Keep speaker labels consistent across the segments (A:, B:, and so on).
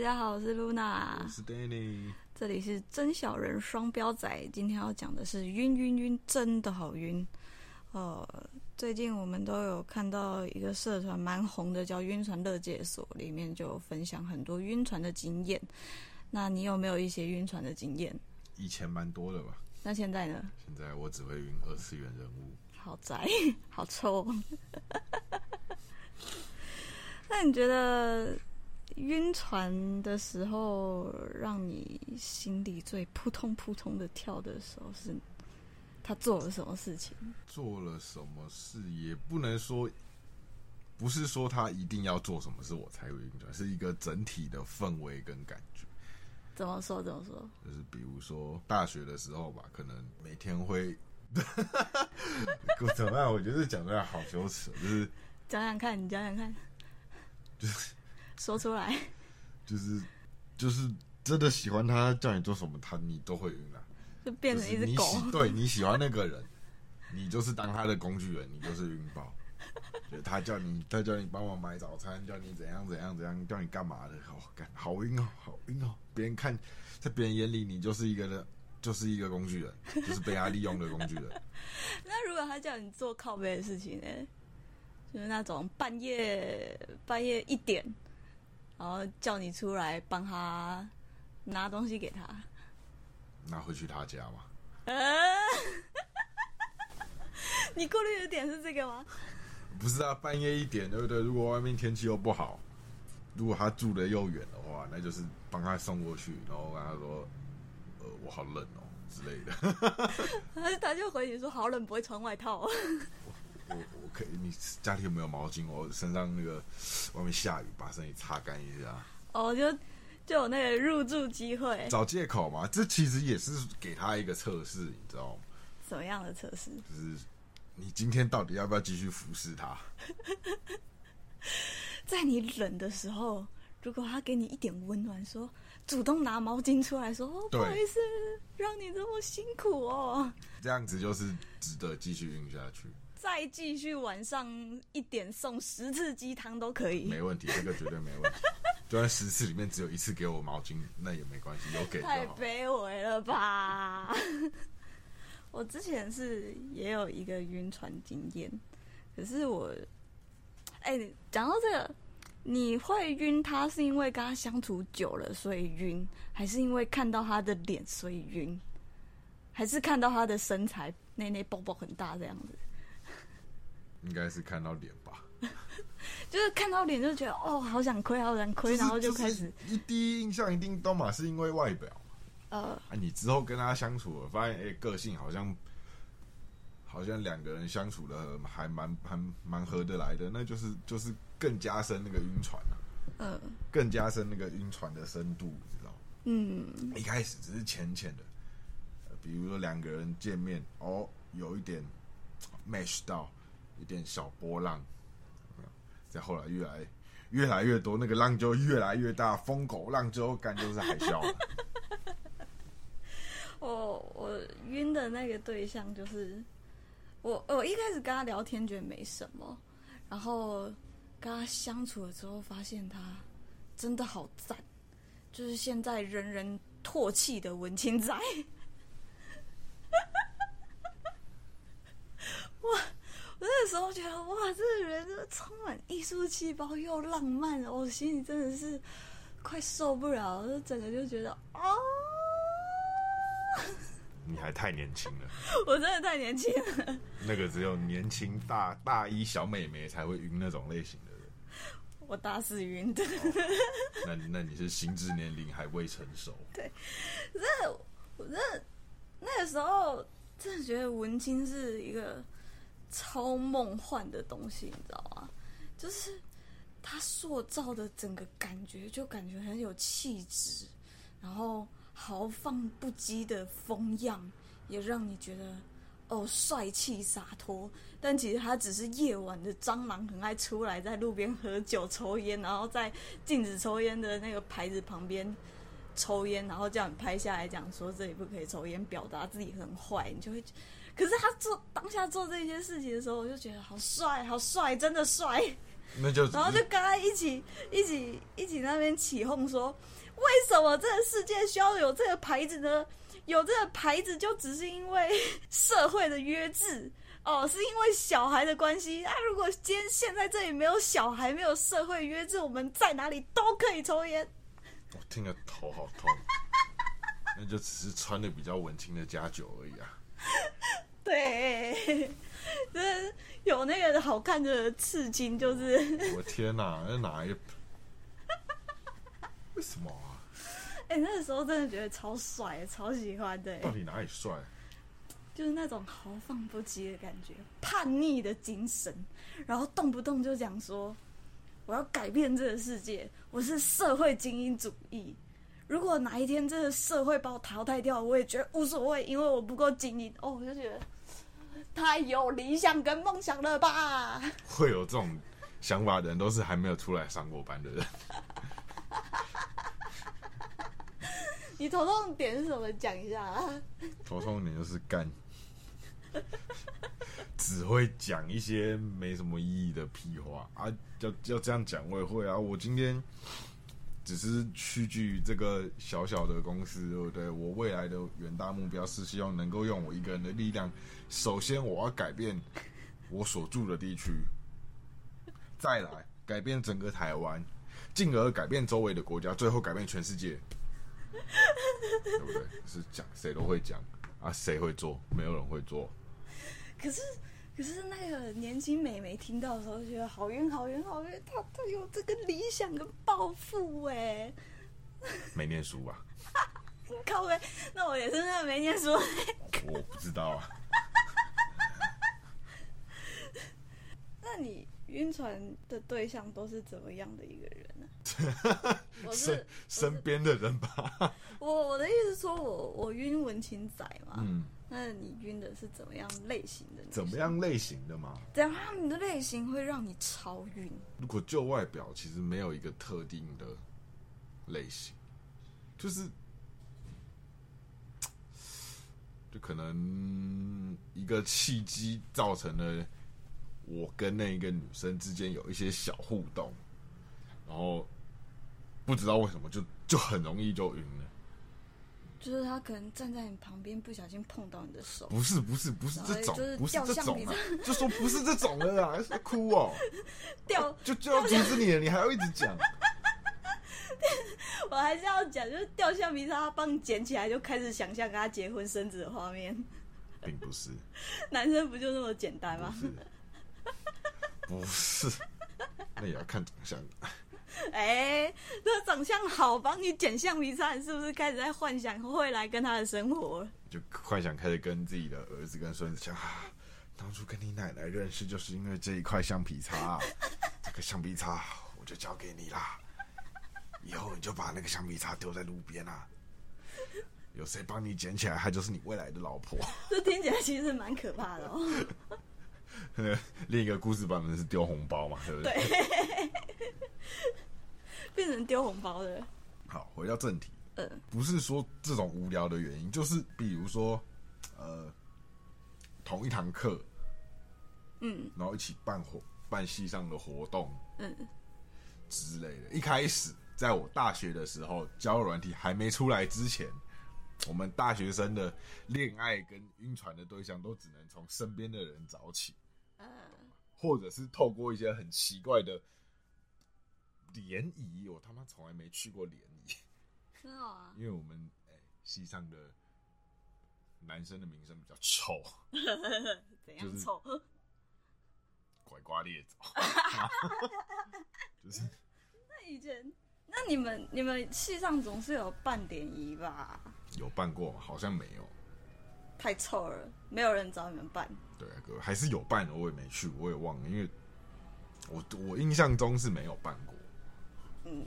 A: 家好，我是露娜
B: 我，是 Danny。
A: 这里是真小人双标仔。今天要讲的是晕晕晕，真的好晕。呃，最近我们都有看到一个社团蛮红的，叫“晕船乐界所”，里面就有分享很多晕船的经验。那你有没有一些晕船的经验？
B: 以前蛮多的吧，
A: 那现在呢？
B: 现在我只会晕二次元人物。
A: 好宅， 好臭、 哦。那你觉得晕船的时候，让你心里最扑通扑通的跳的时候是？他做了什么事情？
B: 做了什么事也不能说，不是说他一定要做什么事我才会晕船，是一个整体的氛围跟感觉。
A: 怎么说？怎么说？
B: 就是比如说大学的时候吧，可能每天会， 怎么办？我觉得讲出来好羞耻，就是
A: 讲讲看，你讲讲看，
B: 就是
A: 说出来。
B: 就是就是真的喜欢他，叫你做什么他你都会晕啊。
A: 就变成一
B: 就是
A: 只
B: 你
A: 狗。
B: 喜对你喜欢那个人，你就是当他的工具人，你就是晕爆。就他叫你，他叫你帮忙买早餐，叫你怎样怎样怎样，叫你干嘛的？哦，干好晕哦，好晕哦！别人看，在别人眼里，你就是一个人，就是一个工具人，就是被他利用的工具人。
A: 那如果他叫你做靠背的事情呢？就是那种半夜半夜一点，然后叫你出来帮他拿东西给他。
B: 那回去他家嘛？
A: 呃，你顾虑的点是这个吗？
B: 不是啊，半夜一点，对不对？如果外面天气又不好，如果他住的又远的话，那就是帮他送过去，然后跟他说：“呃，我好冷哦”之类的。
A: 他他就回你说好冷，不会穿外套、 哦。
B: 我我可以，你家里有没有毛巾？我身上那个外面下雨，把身体擦干一下，
A: 哦，就就有那个入住机会，
B: 找借口嘛。这其实也是给他一个测试，你知道吗？
A: 什么样的测试？
B: 就是你今天到底要不要继续服侍他？
A: 在你冷的时候，如果他给你一点温暖，说主动拿毛巾出来说，哦，不
B: 对
A: 好意思，让你这么辛苦哦。
B: 这样子就是值得继续运下去，
A: 再继续晚上一点送十次鸡汤都可以，
B: 没问题，这个绝对没 问题。就算十次里面只有一次给我毛巾，那也没关系，有给就
A: 太
B: 好。
A: 卑微了吧！ 我之前是也有一个晕船经验，可是我，哎、讲到这个，你会晕他是因为跟他相处久了所以晕，还是因为看到他的脸所以晕，还是看到他的身材内内包包很大这样子？
B: 应该是看到脸吧，
A: 就是看到脸就觉得哦，好想亏，好想亏，然后就开始
B: 是一第一印象一定都嘛是因为外表。
A: 呃，
B: 啊，你之后跟他相处了，发现哎、诶个性好像好像两个人相处的还蛮还蛮合得来的，那就是就是更加深那个晕船了、
A: 嗯
B: 更加深那个晕船的深度，你知道吗？
A: 嗯，
B: 一开始只是浅浅的，呃比如说两个人见面，哦，有一点 match 到一点小波浪，有没有再后来越来越来越多，那个浪就越来越大，疯狗浪之后干就是海啸了。
A: 我我晕的那个对象就是我，我一开始跟他聊天觉得没什么，然后跟他相处了之后，发现他真的好赞，就是现在人人唾弃的文青仔。 哇！我那时候觉得哇，这个人真的充满艺术细胞又浪漫，我心里真的是快受不了了，就整个就觉得哦。
B: 你还太年轻了。
A: 我真的太年轻了，
B: 那个只有年轻大大一小妹妹才会晕那种类型的人。
A: 我大四晕的。
B: 那那你是心智年龄还未成 熟，
A: 那我真的那个时候真的觉得文青是一个超梦幻的东西，你知道吗？就是它塑造的整个感觉，就感觉很有气质，然后豪放不羁的风样，也让你觉得。哦，帅气洒脱，但其实他只是夜晚的蟑螂，很爱出来在路边喝酒、抽烟，然后在禁止抽烟的那个牌子旁边抽烟，然后叫你拍下来讲说这里不可以抽烟，表达自己很坏，你就会。可是他做当下做这些事情的时候，我就觉得好帅，好帅，真的帅。
B: 那就
A: 然后就跟他一起一起一起那边起哄说，为什么这个世界需要有这个牌子呢？有这个牌子就只是因为 社会的约制哦，是因为小孩的关系。啊，如果今天现在这里没有小孩，没有社会约制，我们在哪里都可以抽烟。
B: 我听得头好痛。那就只是穿的比较文青的加九而已啊。
A: 对，就是有那个好看的刺青，就是。
B: 我天哪、那哪一？为什么啊？
A: 哎、那个时候真的觉得超帅，超喜欢的、
B: 到底哪里帅？
A: 就是那种豪放不羁的感觉，叛逆的精神，然后动不动就讲说我要改变这个世界，我是社会精英主义。如果哪一天这个社会把我淘汰掉，我也觉得无所谓，因为我不够精英。哦，我就觉得太有理想跟梦想了吧？
B: 会有这种想法的人，都是还没有出来上过班的人。
A: 你头痛的点是什么？讲一下啊。
B: 头痛点就是干，只会讲一些没什么意义的屁话啊！要要这样讲我也会啊！我今天只是屈居于这个小小的公司，对不对？我未来的远大目标是希望能够用我一个人的力量，首先我要改变我所住的地区，再来改变整个台湾，进而改变周围的国家，最后改变全世界。对不对？ 是讲谁都会讲啊，谁会做？没有人会做。
A: 可是，可是那个年轻美眉听到的时候，就觉得好冤，好冤，好冤！她她有这个理想跟抱负哎，
B: 没念书吧？
A: 靠呗！ 那我也是那个没念书。
B: 我不知道啊。
A: 那你晕船的对象都是怎么样的一个人呢、 我
B: 身
A: 是
B: 身边的人吧。
A: 我我的意思是说我我晕文青仔嘛，
B: 嗯，
A: 那你晕的是怎么样类型的？
B: 怎么？样类型的嘛？
A: 怎样他们的类型会让你超晕？
B: 如果就外表，其实没有一个特定的类型，就是。就可能一个契机造成了我跟那一个女生之间有一些小互动，然后不知道为什么就就很容易就晕了。
A: 就是他可能站在你旁边，不小心碰到你的手，
B: 不是不是不是这
A: 然后哎
B: 种
A: 就是，
B: 不是
A: 掉
B: 这
A: 橡
B: 种
A: 皮
B: 啊，就说不是这种了啦，是在哭哦，
A: 掉
B: 就就要阻止你了，你还要一直讲，
A: 我还是要讲，就是掉橡皮擦，他帮你捡起来，就开始想象跟他结婚生子的画面。
B: 并不是，
A: 男生不就那么简单
B: 不
A: 吗？
B: 是，不是，那也要看长相，
A: 哎、这长相好，帮你捡橡皮擦，你是不是开始在幻想未来跟他的生活？
B: 就幻想开始跟自己的儿子跟孙子讲啊，当初跟你奶奶认识就是因为这一块橡皮擦，啊 这个橡皮擦我就交给你啦，以后你就把那个橡皮擦丢在路边啊，有谁帮你捡起来，她就是你未来的老婆。
A: 这听起来其实蛮可怕的哦。
B: 另一个故事版本是丢红包嘛，对不对？
A: 变成丢红包的，
B: 好，回到正题，
A: 嗯、
B: 不是说这种无聊的原因，就是比如说，呃，同一堂课，
A: 嗯
B: 然后一起办活办系上的活动
A: 嗯，
B: 之类的。一开始，在我大学的时候，交友软体还没出来之前，我们大学生的恋爱跟晕船的对象都只能从身边的人找起，
A: 呃，
B: 或者是透过一些很奇怪的联谊。我他妈从来没去过联谊。
A: 真好啊。
B: 因为我们哎、系上的男生的名声比较臭，
A: 怎
B: 就
A: 样
B: 是
A: 丑？
B: 拐瓜裂枣， 就是
A: 那以前，那你们你们系上总是有办联谊吧？
B: 有办过吗？好像没有。
A: 太臭了，没有人找你们办。
B: 对啊，各位还是有办的，我也没去，我也忘了，因为我我印象中是没有办过。
A: 嗯，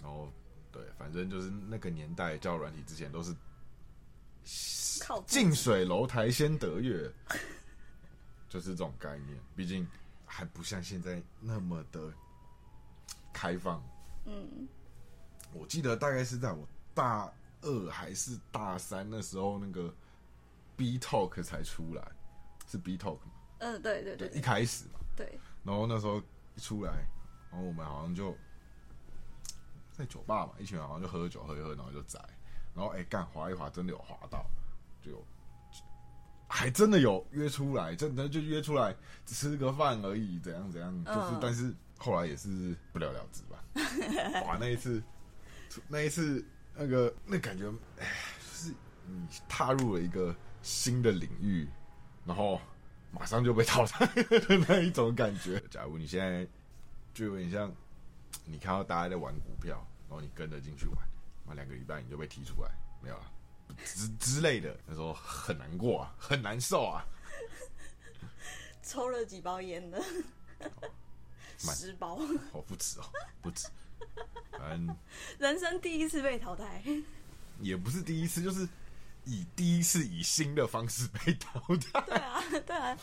B: 然后对，反正就是那个年代交友软体之前都是
A: 靠近
B: 近水楼台先得月， 就是这种概念。毕竟还不像现在那么的开放。
A: 嗯，
B: 我记得大概是在我大二还是大三那时候，那个 B Talk 才出来，是 B Talk 嘛？
A: 嗯、对对
B: 对，
A: 对
B: 一开始嘛。
A: 对，
B: 然后那时候一出来，然后我们好像就在酒吧嘛，一群人好像就喝酒喝一喝，然后就宅，然后哎干滑一滑，真的有滑到，就有还真的有约出来，真的就约出来吃个饭而已，怎样怎样，就是、
A: 嗯
B: 但是后来也是不了了之吧。哇，那一次，那一次那个那感觉，哎，就是你踏入了一个新的领域，然后马上就被淘汰 的那一种感觉。假如你现在就有点像你看到大家在玩股票，然后你跟着进去玩，那两个礼拜你就被踢出来，没有了。之之类的，那时候很难过啊，很难受啊，
A: 抽了几包烟的，
B: 蛮
A: 十包，
B: 哦不止哦，不止，反正
A: 人生第一次被淘汰，
B: 也不是第一次，就是以第一次以新的方式被淘汰。
A: 对啊，对啊，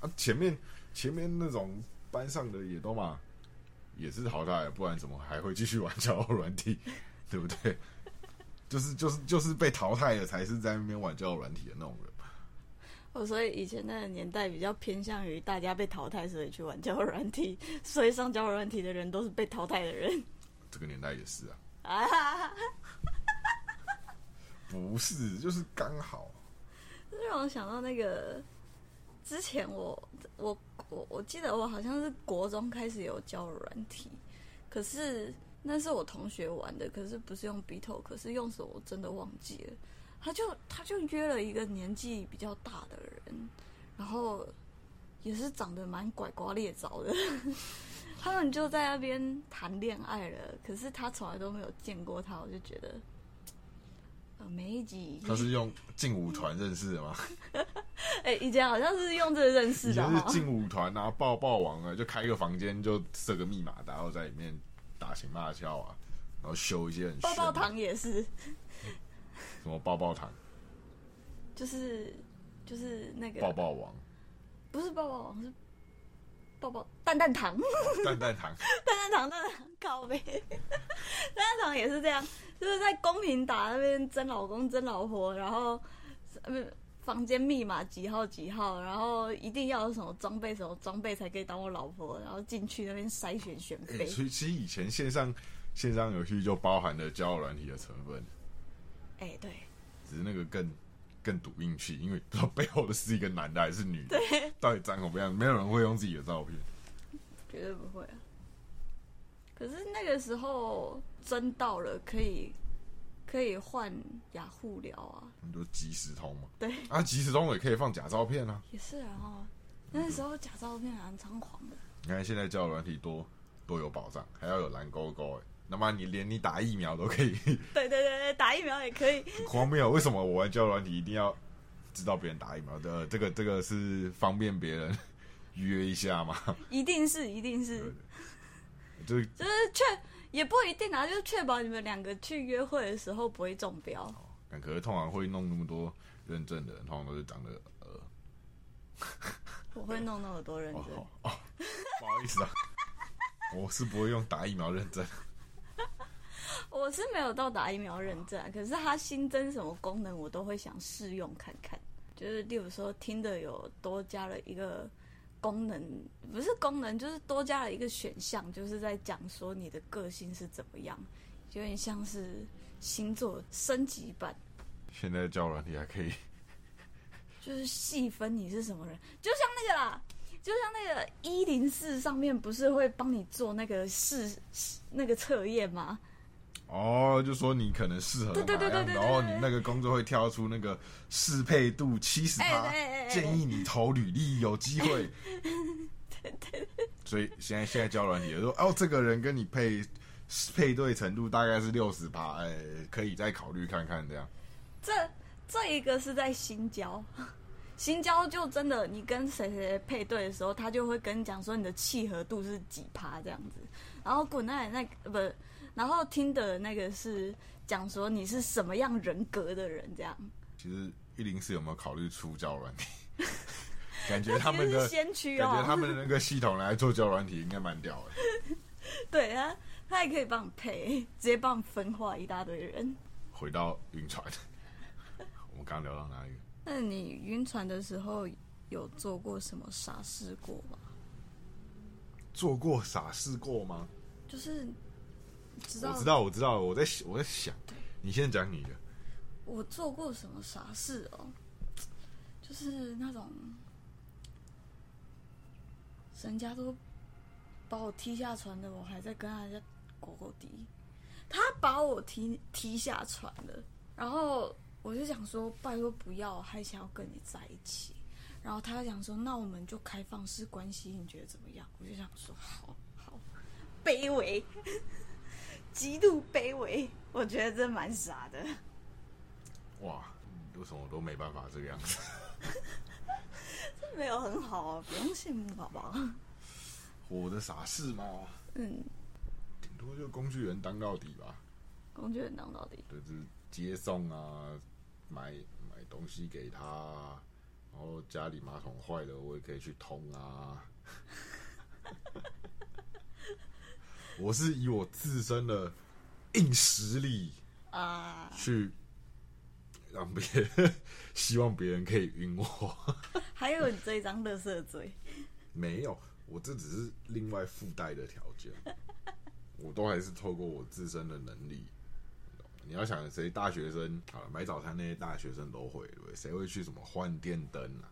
B: 啊，前面前面那种班上的也都嘛也是淘汰了，不然怎么还会继续玩交友 软体，对不对？就是就是就是被淘汰了，才是在那边玩交友软体的那种人。
A: 我哦所以以前那个年代比较偏向于大家被淘汰，所以去玩交友软体，所以上交友软体的人都是被淘汰的人
B: 这个年代也是啊，
A: 啊，
B: 不是，就是刚好
A: 这让我想到那个之前我我我我记得我好像是国中开始有交友软体，可是那是我同学玩的，可是不是用 B 头，可是用什么我真的忘记了。他就他就约了一个年纪比较大的人，然后也是长得蛮拐瓜裂枣的， 他们就在那边谈恋爱了。可是他从来都没有见过他，我就觉得，呃，每一集
B: 他是用劲舞团认识的吗？
A: 哎、以前好像是用这个认识
B: 以
A: 的
B: 前是
A: 哈。
B: 劲舞团啊，抱抱王啊，就开个房间就设个密码，然后在里面打情骂俏啊，然后修一些很
A: 抱抱
B: 炫的
A: 糖也是，
B: 什么抱抱糖、
A: 就是就是那个
B: 抱抱王、
A: 不是抱抱网是抱抱蛋蛋糖，
B: 蛋蛋糖，
A: 蛋蛋糖蛋蛋糖靠呗，蛋蛋糖也是这样，就是在公屏打那边争老公争老婆，然后呃房间密码几号几号，然后一定要有什么装备什么装备才可以当我老婆，然后进去那边筛选选
B: 欸
A: 妃，
B: 所以其实以前线上线上游戏就包含了交友软体的成分，
A: 哎、对
B: 只是那个更更赌运气，因为不知道背后的是一个男的还是女的，
A: 对，
B: 到底长什么样，没有人会用自己的照片。
A: 绝对不会啊。可是那个时候真到了可以可以换雅虎聊啊，
B: 你就即时通嘛，
A: 对，
B: 啊，即时通也可以放假照片啊。
A: 也是啊哦。那时候假照片蛮猖狂的，
B: 你看现在交友软体多多有保障，还要有蓝勾勾、欸，那么你连你打疫苗都可以，
A: 对对对对，打疫苗也可以，
B: 很荒谬。为什么我玩交友软体一定要知道别人打疫苗的？这个这个是方便别人约一下 嘛？
A: 一定是一定是
B: 对，就是
A: 就是确也不一定啊，就是确保你们两个去约会的时候不会中标。
B: 但可是通常会弄那么多认证的人，通常都是长得呃，
A: 我会弄那么多认
B: 哦
A: 真，
B: 哦哦，不好意思啊，我是不会用打疫苗认证，
A: 我是没有到打疫苗认证、啊，可是它新增什么功能，我都会想试用看看。就是例如说，听的有多加了一个功能，不是功能，就是多加了一个选项，就是在讲说你的个性是怎么样，有点像是星座升级版，
B: 现在交友软体还可以，
A: 就是细分你是什么人，就像那个啦。就像那个一零四上面不是会帮你做那个试试那个测验吗？
B: 哦，就说你可能适合哪样，
A: 对对对对对对
B: 然后你那个工作会挑出那个适配度七十
A: 哎
B: 趴
A: 哎哎哎，
B: 建议你投履历有机 会。所以现在现在交友软体就说，哦，这个人跟你配配对程度大概是六十趴，哎，可以再考虑看看这样。
A: 这这一个是在新交，新交就真的你跟谁谁谁配对的时候，他就会跟你讲说你的契合度是几趴这样子，然后滚蛋那个不，然后听的那个是讲说你是什么样人格的人这样，
B: 其实一零四有没有考虑出交友软 体？感觉他
A: 其
B: 们
A: 实是
B: 的
A: 先驱
B: 感觉他
A: 哦，
B: 们的那个系统来做交友软体应该蛮屌的。
A: 对啊，他还可以帮你配，直接帮你分化一大堆人。
B: 回到晕船， 我们刚刚聊到哪里？
A: 那你晕船的时候有做过什么傻事过吗？
B: 做过傻事过吗？
A: 就是知道
B: 我知道，我知道，我在我在想，你先讲你的。
A: 我做过什么傻事哦，就是那种人家都把我踢下船的，我还在跟人家狗狗踢，他把我踢踢下船了，然后我就想说，拜托不要，还想要跟你在一起。然后他想说，那我们就开放式关系，你觉得怎么样？我就想说，好好，卑微，极度卑微，我觉得这蛮傻的。
B: 哇，为什么我都没办法这个样子？
A: 没有很好啊，不用羡慕好不好？
B: 我的傻事嘛，
A: 嗯，
B: 顶多就工具人当到底吧，
A: 工具人当到底，
B: 就是接送啊，买买东西给他啊，然后家里马桶坏了，我也可以去通啊。 我是以我自身的硬实力
A: 啊，
B: 去让别人，希望别人可以晕我。
A: 还有你这一张乐色嘴，
B: 没有，我这只是另外附带的条件，我都还是透过我自身的能力。你要想谁大学生好了，买早餐那些大学生都会，对不对？谁会去什么换电灯啊、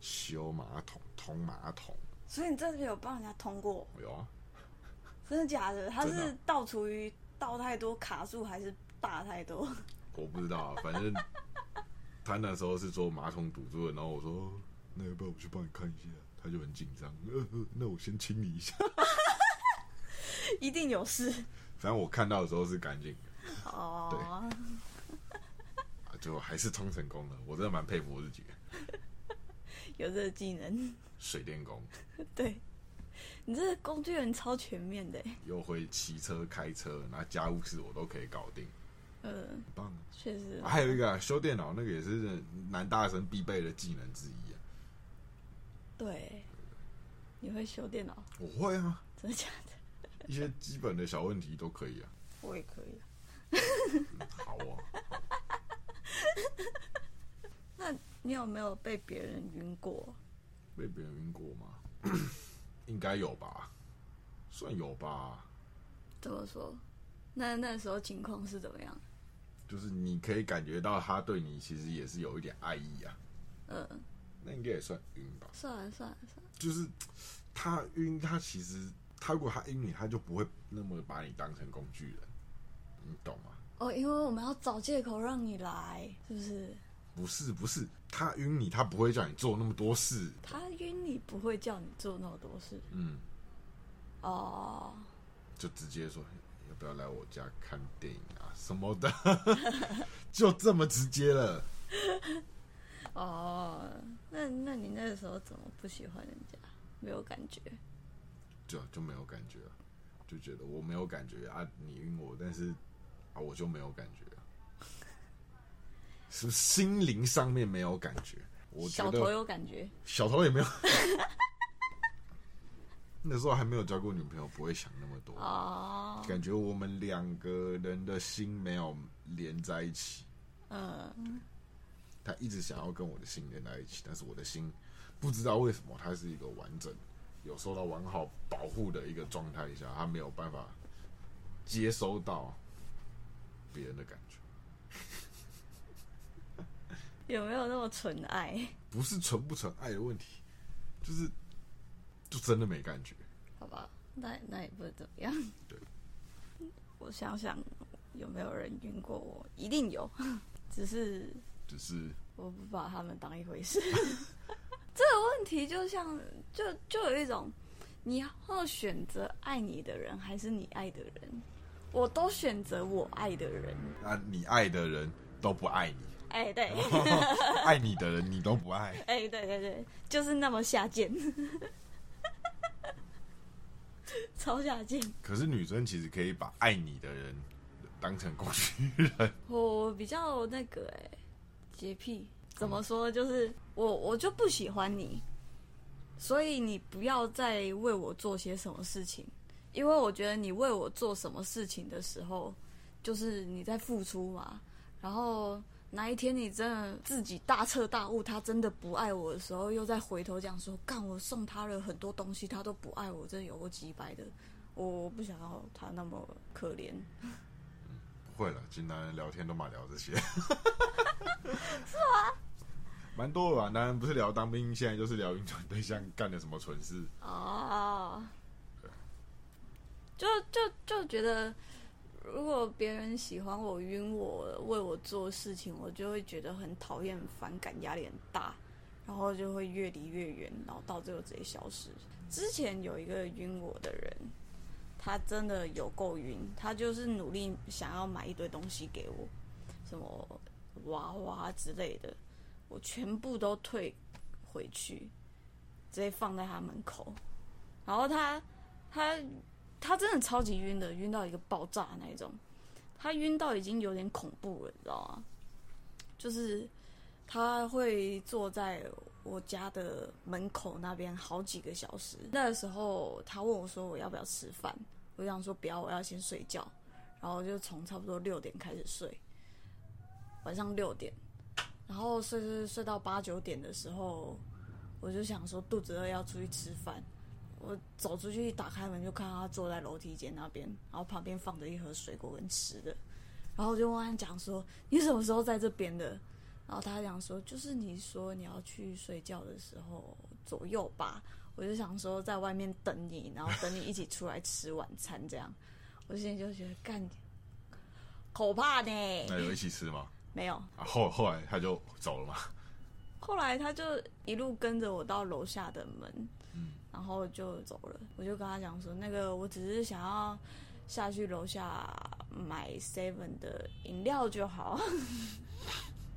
B: 修马桶、通马桶？
A: 所以你这次有帮人家通过，
B: 有啊，
A: 真的假的？他
B: 真
A: 是
B: 的
A: 倒厨余倒太多卡住，还是大太多？
B: 我不知道啊，反正他那时候是说马桶堵住了，然后我说那要不要我去帮你看一下？他就很紧张，呃，呃那我先清理一下。
A: 一定有事
B: 反正我看到的时候是干净的。
A: 哦。
B: 啊就还是通成功了，我真的蛮佩服我自己的，
A: 有这个技能，
B: 水电工。
A: 对你这个工具人超全面的欸，
B: 又会骑车、开车，然后家务事我都可以搞定，
A: 嗯，
B: 很棒、啊
A: 确实
B: 啊。还有一个、啊、修电脑，那个也是男大生必备的技能之一啊。
A: 对。你会修电脑？
B: 我会啊，
A: 真的假的？
B: 一些基本的小问题都可以啊。
A: 我也可以啊。
B: 嗯好啊，
A: 那你有没有被别人晕过？
B: 被别人晕过吗？ 应该有吧，算有吧。
A: 怎么说？那那时候情况是怎么样？
B: 就是你可以感觉到他对你其实也是有一点爱意啊，
A: 嗯，
B: 那应该也算晕吧。
A: 算了算了算了，
B: 就是他晕，他其实他如果他晕你，他就不会那么把你当成工具人，你懂吗？
A: 哦，因为我们要找借口让你来，是不是？
B: 不是不是，他晕你，他不会叫你做那么多事。
A: 他晕你不会叫你做那么多事
B: 嗯，
A: 哦，
B: 就直接说要不要来我家看电影啊什么的， 就这么直接了。
A: 哦，那那你那个时候怎么不喜欢人家？没有感觉
B: 就就没有感觉了，就觉得我没有感觉啊，你晕我，但是啊我就没有感觉啊，是不是心灵上面没有感觉？我觉
A: 小
B: 得
A: 头有感觉
B: 小头也没有。 那时候还没有交过女朋友，不会想那么多。
A: 哦，
B: 感觉我们两个人的心没有连在一起。
A: 嗯，
B: 他一直想要跟我的心连在一起，但是我的心不知道为什么，它是一个完整、有受到完好保护的一个状态下，他没有办法接收到别人的感觉。
A: 有没有那么纯爱？
B: 不是纯不纯爱的问题，就是就真的没感觉。
A: 好吧，那那也不是怎么样
B: 对。
A: 我想想，有没有人晕过我？一定有， 只是
B: 只是
A: 我不把他们当一回事。 这个问题就像，就就有一种，你要选择爱你的人还是你爱的人，我都选择我爱的人。
B: 啊，你爱的人都不爱你，
A: 哎、对，
B: 爱你的人你都不爱，
A: 哎、对对对，就是那么下贱， 超下贱。
B: 可是女生其实可以把爱你的人当成工具人，
A: 我比较那个哎、洁癖，怎么说？就是我我就不喜欢你，所以你不要再为我做些什么事情，因为我觉得你为我做什么事情的时候，就是你在付出嘛，然后哪一天你真的自己大彻大悟，他真的不爱我的时候，又再回头讲说，干我送他了很多东西，他都不爱我，真的有过几百的，我不想要他那么可怜。
B: 不会了，其实男人聊天都蛮聊这些，是吗？蛮多的吧，男人不是聊当兵，现在就是聊晕船对象干了什么蠢事。
A: 哦，就就就觉得，如果别人喜欢我、晕我、为我做事情，我就会觉得很讨厌、很反感、压力很大，然后就会越离越远，然后到最后直接消失。之前有一个晕我的人，他真的有够晕，他就是努力想要买一堆东西给我，什么娃娃之类的，我全部都退回去，直接放在他门口。然后他他他真的超级晕的，晕到一个爆炸那一种，他晕到已经有点恐怖了，你知道吗？就是他会坐在我家的门口那边好几个小时。那个时候他问我说我要不要吃饭，我想说不要，我要先睡觉。然后我就从差不多六点开始睡，晚上六点，然后睡睡睡到八九点的时候，我就想说肚子饿要出去吃饭，我走出去一打开门就看到他坐在楼梯间那边，然后旁边放着一盒水果跟吃的，然后我就问他讲说你什么时候在这边的？然后他讲说就是你说你要去睡觉的时候左右吧，我就想说在外面等你，然后等你一起出来吃晚餐这样，我现在就觉得干可怕呢，
B: 那有一起吃吗？
A: 没有。
B: 啊，后后来他就走了嘛。
A: 后来他就一路跟着我到楼下的门，然后就走了。我就跟他讲说，那个我只是想要下去楼下买 seven 的饮料就好。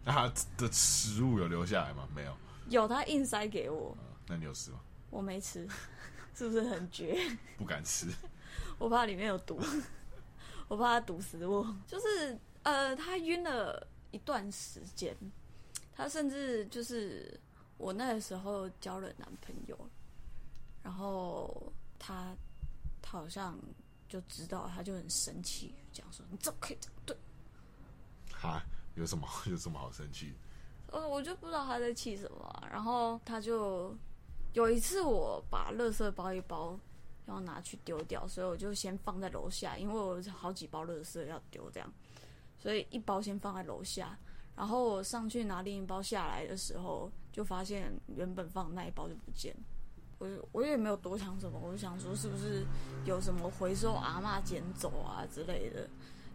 B: 那他的食物有留下来吗？没有。
A: 有他硬塞给我，
B: 啊那你有吃吗？
A: 我没吃， 是不是很绝？
B: 不敢吃。
A: 我怕里面有毒， 我怕他毒死我。就是呃，他晕了一段时间，他甚至就是我那个时候交了男朋友，然后他他好像就知道，他就很生气，讲说你怎么可以这样对
B: 哈，有什么有什么好生气？
A: 呃，我就不知道他在气什么啊、然后他就有一次我把垃圾包一包要拿去丢掉，所以我就先放在楼下，因为我有好几包垃圾要丢，这样，所以一包先放在楼下。然后我上去拿另一包下来的时候，就发现原本放的那一包就不见了。我就我也没有多想什么，我就想说是不是有什么回收阿嬷捡走啊之类的。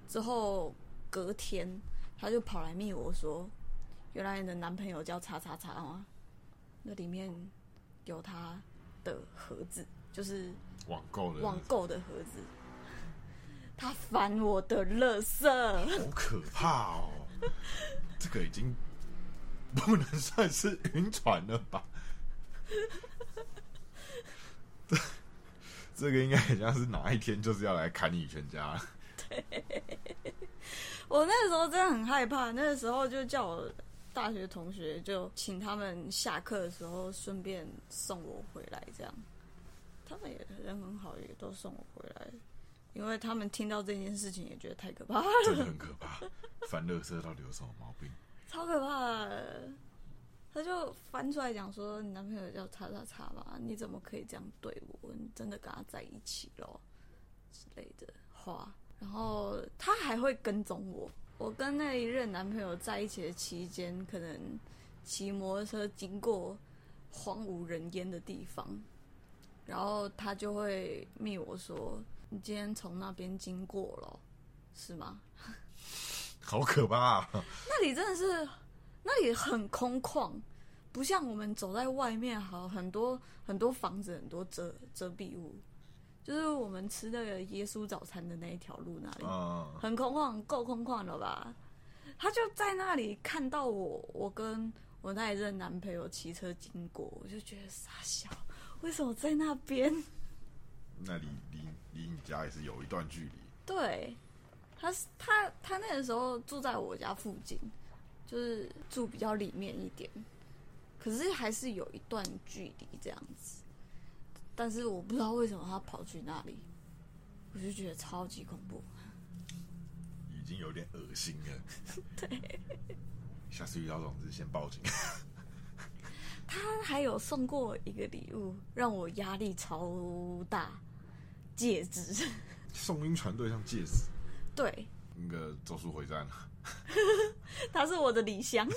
A: 之后隔天他就跑来密我说，原来你的男朋友叫叉叉叉吗？那里面有他的盒子，就是
B: 网购的，
A: 网购的盒子。他翻我的垃圾，
B: 好可怕哦！ 这个已经 不能算是晕船了吧？ 这这个应该很像是哪一天就是要来砍你全家 了。
A: 我那时候真的很害怕。那个时候就叫我大学同学，就请他们下课的时候顺便送我回来，这样。他们也人很好，也都送我回来，因为他们听到这件事情也觉得太可怕了，
B: 真的很可怕。翻乐色到底有什么毛病？
A: 超可怕的。他就翻出来讲说：“你男朋友叫叉叉叉吧，你怎么可以这样对我？你真的跟他在一起咯？之类的话。”然后他还会跟踪我。我跟那一任男朋友在一起的期间，可能骑摩托车经过荒无人烟的地方，然后他就会密我说：“你今天从那边经过了，是吗？”
B: 好可怕、啊！
A: 那里真的是，那里很空旷，不像我们走在外面好很多很多房子很多遮遮蔽物，就是我们吃那个耶稣早餐的那一条路那里，
B: 嗯，
A: 很空旷，够空旷了吧？他就在那里看到我，我跟我那一任男朋友骑车经过，我就觉得傻笑，为什么在那边？
B: 那离离离你家也是有一段距离，
A: 对，他是他他那个时候住在我家附近，就是住比较里面一点，可是还是有一段距离这样子。但是我不知道为什么他跑去那里，我就觉得超级恐怖。
B: 已经有点恶心了。对，下次遇到这种事先报警。
A: 他还有送过一个礼物，让我压力超大，戒指。
B: 送晕船队像戒指，
A: 对，
B: 那个《咒术回战》啊，
A: 它是我的理想，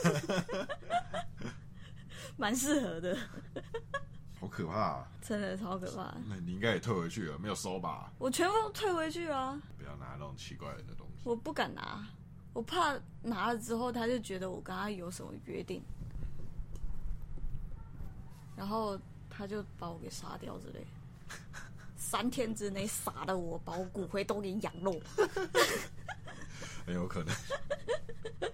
A: 蛮适合的，
B: 好可怕、啊！
A: 真的超可怕。
B: 那你应该也退回去了，没有收吧？
A: 我全部都退回去啊，
B: 不要拿那种奇怪的东西。
A: 我不敢拿，我怕拿了之后他就觉得我跟他有什么约定，然后他就把我给杀掉之类 的。三天之内杀了我，把我骨灰都给养肉。
B: 很有可能。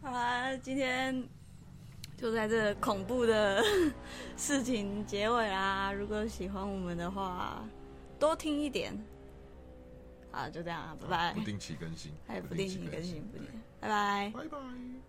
A: 好啦，今天就在这恐怖的事情结尾啦。如果喜欢我们的话，多听一点。 好，就这样啊，拜拜哎
B: 不。定期更新，
A: 还有不定
B: 定期
A: 期更新，不定
B: 对，
A: 拜拜。
B: 拜拜。